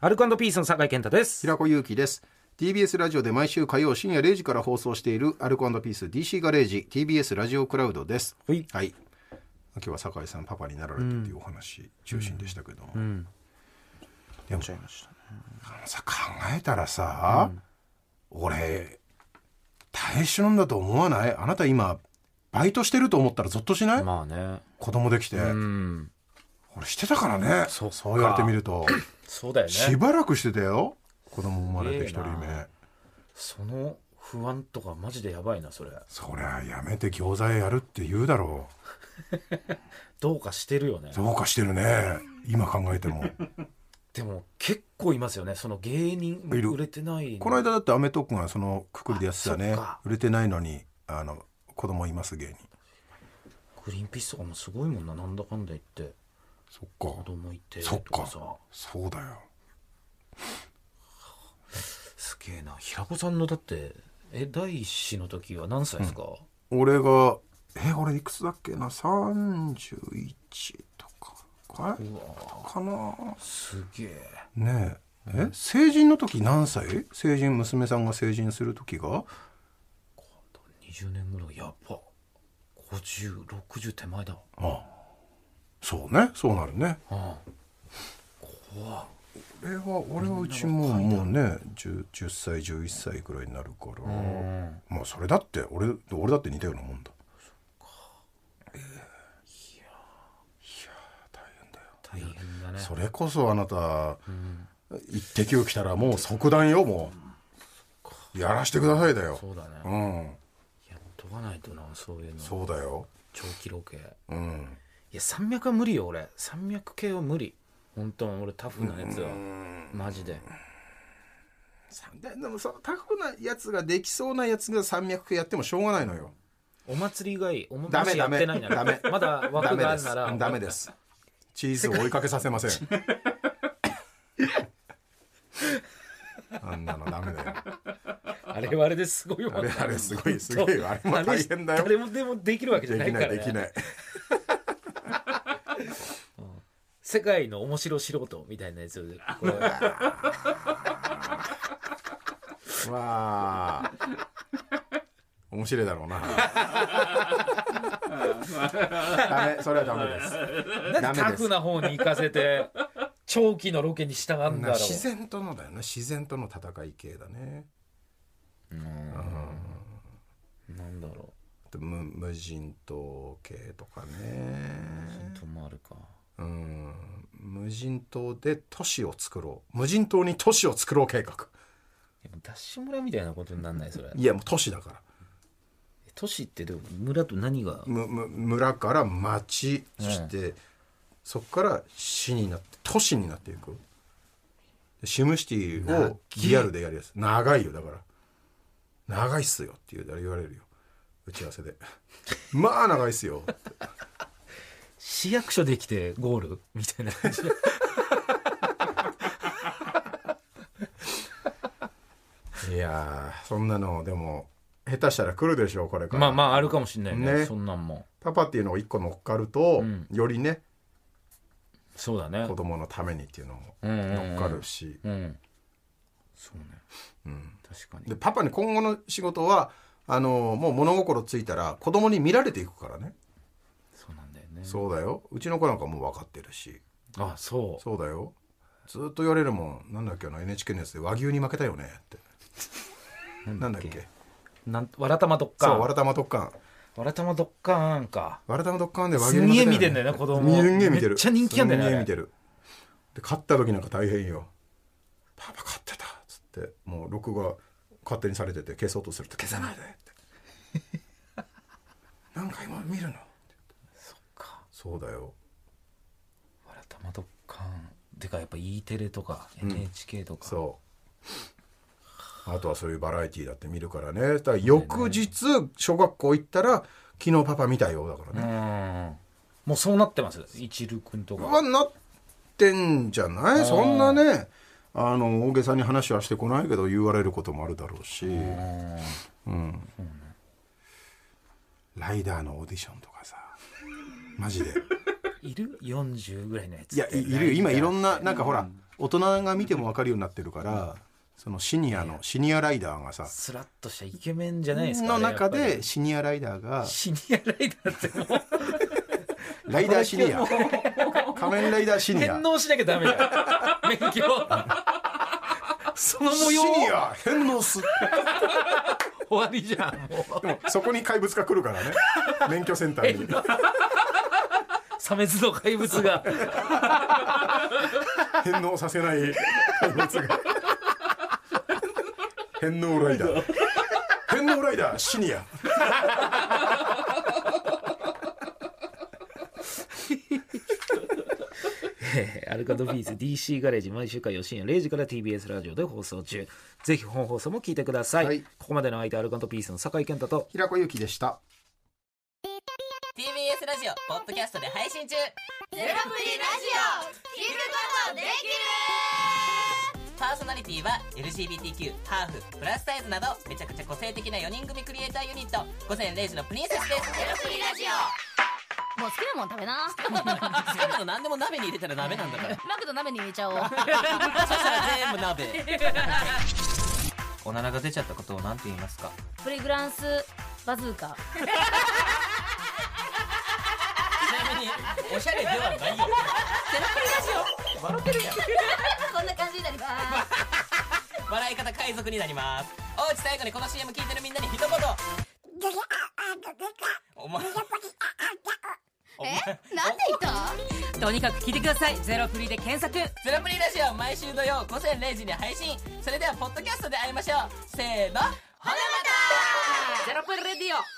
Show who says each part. Speaker 1: アルコピースの酒井健太です。
Speaker 2: 平子祐希です TBS ラジオで毎週火曜深夜0時から放送しているアルコピース DC ガレージ TBS ラジオクラウドです
Speaker 1: はい
Speaker 2: 今日は酒井さんパパになられたっていうお話中心でしたけども、でも
Speaker 1: ちゃいましたね。
Speaker 2: さ考えたらさ、俺大変飲んだと思わないあなた今バイトしてると思ったらゾッとしない、
Speaker 1: まあね。
Speaker 2: 子供できて、
Speaker 1: うん。
Speaker 2: 俺してたからね
Speaker 1: そっか
Speaker 2: う言われてみると
Speaker 1: そうだよ
Speaker 2: し
Speaker 1: ね。
Speaker 2: ばらくしてたよ子供生まれて一
Speaker 1: すげ
Speaker 2: 人
Speaker 1: えな
Speaker 2: 目
Speaker 1: その不安とかマジでやばいな、それ。
Speaker 2: そりゃやめて餃子屋やるって言うだろ
Speaker 1: どうかしてるよね
Speaker 2: う。どうかしてるね今考 えても
Speaker 1: でも結構いますよね。その芸人
Speaker 2: いる
Speaker 1: 売れてない。
Speaker 2: この間だって『アメトーク』がそのくくりでやってた
Speaker 1: あ
Speaker 2: ね
Speaker 1: そっか
Speaker 2: 売れてないのにあの子供います芸人
Speaker 1: グリーンピースとかもすごいもんな。なんだかんだ言って。
Speaker 2: そっ
Speaker 1: 子
Speaker 2: か
Speaker 1: 供いて
Speaker 2: そっ
Speaker 1: と
Speaker 2: か
Speaker 1: かさ。
Speaker 2: そうだよ
Speaker 1: すげえな。平子さんのだって、え、第一子の時は何歳ですか、
Speaker 2: 俺がえ俺いくつだっけな31とかかかな
Speaker 1: すげえ。
Speaker 2: ねええ成人の時何歳成人娘さんが成人する時が
Speaker 1: 20年ぐらいやば。5060手前だ。
Speaker 2: そうねそうなるね
Speaker 1: あ
Speaker 2: 俺は俺はうちももうね 10, 10歳11歳ぐらいになるから
Speaker 1: ん
Speaker 2: まあそれだって俺俺だって似たようなもんだ
Speaker 1: 大変だね。
Speaker 2: それこそあなた「一滴を来たらもう即断よもうやらしてくださいだよ
Speaker 1: そうだね。
Speaker 2: うん
Speaker 1: いやっとかないとなそういうの
Speaker 2: そうだよ
Speaker 1: 長期ロケい
Speaker 2: うん
Speaker 1: や山脈は無理よ俺山脈系は無理本当俺タフなやつはマジで
Speaker 2: ででもそのタフなやつができそうなやつが山脈系やってもしょうがないのよ
Speaker 1: お祭り以外おも
Speaker 2: ダメ
Speaker 1: もしやってないな
Speaker 2: ダ
Speaker 1: ら
Speaker 2: メ
Speaker 1: まだ
Speaker 2: ダ
Speaker 1: 枠
Speaker 2: メ
Speaker 1: があ
Speaker 2: で
Speaker 1: る
Speaker 2: す
Speaker 1: なら
Speaker 2: ダメですチーズを追いかけさせませんあんなのダメだよ
Speaker 1: あれはあれですごいも
Speaker 2: あ
Speaker 1: ん
Speaker 2: れ
Speaker 1: ね
Speaker 2: あれ すごいすごいよあれも大変だよ
Speaker 1: 誰もでもできるわけじゃな
Speaker 2: でき
Speaker 1: いか
Speaker 2: な
Speaker 1: ら
Speaker 2: いでき
Speaker 1: ね
Speaker 2: ない
Speaker 1: 世界の面白素人みたいなやつでこ う
Speaker 2: まあ面白いだろうなダメそれはダメです
Speaker 1: なんでタフな方に行かせて長期のロケに従うんだろう
Speaker 2: 自然とのだよね自然との戦い系だね
Speaker 1: なんだろ
Speaker 2: あと無無人島系とか
Speaker 1: う
Speaker 2: ね
Speaker 1: 本当もあるか
Speaker 2: うん無人島で都市を作ろう無人島に都市を作ろう計画
Speaker 1: でもダッシュ村みたいなことになんないそれ
Speaker 2: いやもう都市だから
Speaker 1: 都市ってでも村と何が
Speaker 2: むむ村から町そして、そこから市になって都市になっていくでシムシティをリアルでやるやつ長いよだから長いっすよって言うだから言われるよ打ち合わせで まあ長いっすよ
Speaker 1: 市役所できてゴールみたいな感じ
Speaker 2: いやーそんなのでも下手したら来るでしょうこれか ら
Speaker 1: まあまああるかもしれないね
Speaker 2: ね
Speaker 1: そんなんも
Speaker 2: パパっていうのを一個乗っかると、
Speaker 1: ん
Speaker 2: よりね
Speaker 1: そうだね
Speaker 2: 子供のためにっていうのも
Speaker 1: うんうんうん
Speaker 2: 乗っかるし、
Speaker 1: うんそうね確かに
Speaker 2: でパパに今後の仕事はあのもう物心ついたら子供に見られていくからね、
Speaker 1: そうなんだよね
Speaker 2: そうだようちの子なんかもう分かってるし
Speaker 1: あそう
Speaker 2: そうだよずっと言われるもんなんだっけあの NHK のやつで和牛に負けたよねってなんだっけ
Speaker 1: なんわらたまどっか
Speaker 2: そうわ
Speaker 1: ん
Speaker 2: らたまドッカン
Speaker 1: わらたまどっかんか
Speaker 2: わらたまドッカンで和
Speaker 1: す
Speaker 2: 牛に
Speaker 1: んげえ
Speaker 2: 負
Speaker 1: 見
Speaker 2: けた
Speaker 1: て
Speaker 2: よ
Speaker 1: んだ
Speaker 2: ね
Speaker 1: よね子供
Speaker 2: すんげえ見てる
Speaker 1: めっちゃ人気なんだよね
Speaker 2: すんげ
Speaker 1: あれ
Speaker 2: え見てるで勝った時なんか大変よパパ勝ってたっつってもう録画勝手にされてて消そうとすると消さないでって なんか今見るの
Speaker 1: そっか
Speaker 2: そうだよ
Speaker 1: わらたまどっかんてかやっぱ E テレとか NHK とか
Speaker 2: そうあとはそういうバラエティーだって見るからねだから翌日小学校行ったら昨日パパ見たよだから
Speaker 1: う
Speaker 2: ね、
Speaker 1: んもうそうなってます一流くんと
Speaker 2: う
Speaker 1: か
Speaker 2: わなってんじゃないそんなねあの大げさに話はしてこないけど言われることもあるだろうし、
Speaker 1: うん
Speaker 2: ライダーのオーディションとかさマジで
Speaker 1: いる40ぐらいのやつ
Speaker 2: いやいいるよ今いろんななんかほら、大人が見ても分かるようになってるからそのシニアのシニアライダーがさ
Speaker 1: スラッとしたイケメンじゃないですか、ね、
Speaker 2: の中
Speaker 1: やっぱ
Speaker 2: で
Speaker 1: り
Speaker 2: シニアライダーが
Speaker 1: シニアライダーってもう
Speaker 2: ライダーシ ニア
Speaker 1: これ今日もう
Speaker 2: 仮面ライダーシニア
Speaker 1: 返納しなきゃダメだよ 免許その模様
Speaker 2: シニ
Speaker 1: 終
Speaker 2: ア返納す
Speaker 1: わりじゃんもう
Speaker 2: でもそこに怪物が来るからね免許センターに
Speaker 1: サメズの怪物が
Speaker 2: 返納させない怪物が返納ライダー返納ライダーシニア
Speaker 1: えーアルカドビーズ DC ガレージ毎週火曜深夜0時から TBS ラジオで放送中ぜひ本放送も聞いてください、
Speaker 2: はい
Speaker 1: ここまでの相手アルカドピースの酒井健太と
Speaker 2: 平子由紀でした
Speaker 3: TBS ラジオポッドキャストで配信中
Speaker 4: ゼロプリラジオ聞くことできる
Speaker 3: パーソナリティは LGBTQ ハーフプラスサイズなどめちゃくちゃ個性的な4人組クリエイターユニット午前0時のプリンセスです
Speaker 4: ゼロプリラジオもう好きなもん食べな
Speaker 3: 好きなの何でも鍋に入れたら鍋なんだから
Speaker 4: マクド鍋に入れち ゃおう
Speaker 3: そしたら全部鍋おならが出ちゃったことを何て言いますか
Speaker 4: プリグランスバズーカ
Speaker 3: ちなみにおしゃれではないよゼロプリラジオ笑ってるやん
Speaker 4: こんな感じになります
Speaker 3: 笑い方海賊になりますおうち最後にこの CM 聞いてるみんなに一言お前お前
Speaker 4: なんで言った
Speaker 5: とにかく聞いてくださいゼロフリで検索
Speaker 3: ゼロプリラジオ毎週土曜午前0時に配信それではポッドキャストで会いましょうせーのほなまた
Speaker 5: ゼロプリレディオ